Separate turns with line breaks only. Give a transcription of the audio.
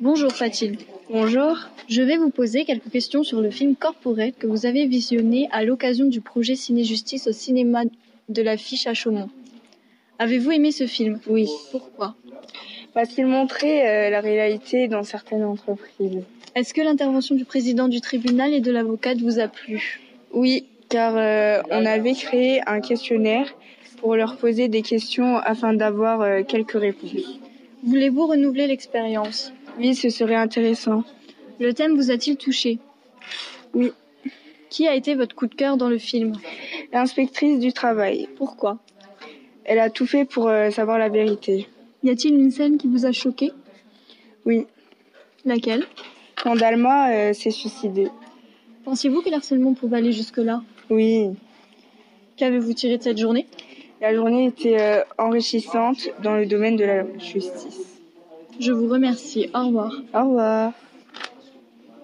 Bonjour Fatil.
Bonjour.
Je vais vous poser quelques questions sur le film Corporate que vous avez visionné à l'occasion du projet Ciné Justice au cinéma de l'affiche à Chaumont. Avez-vous aimé ce film
Oui.
Pourquoi
Parce qu'il montrait euh, la réalité dans certaines entreprises.
Est-ce que l'intervention du président du tribunal et de l'avocate vous a plu
Oui, car euh, on avait créé un questionnaire pour leur poser des questions afin d'avoir euh, quelques réponses.
Voulez-vous renouveler l'expérience
Oui, ce serait intéressant.
Le thème vous a-t-il touché
Oui.
Qui a été votre coup de cœur dans le film
L'inspectrice du travail,
Pourquoi
elle a tout fait pour euh, savoir la vérité.
Y a-t-il une scène qui vous a choqué
Oui.
Laquelle
Quand Dalma euh, s'est suicidée.
Pensez-vous que l'harcèlement pouvait aller jusque-là
Oui.
Qu'avez-vous tiré de cette journée
La journée était euh, enrichissante dans le domaine de la justice.
Je vous remercie. Au revoir.
Au revoir.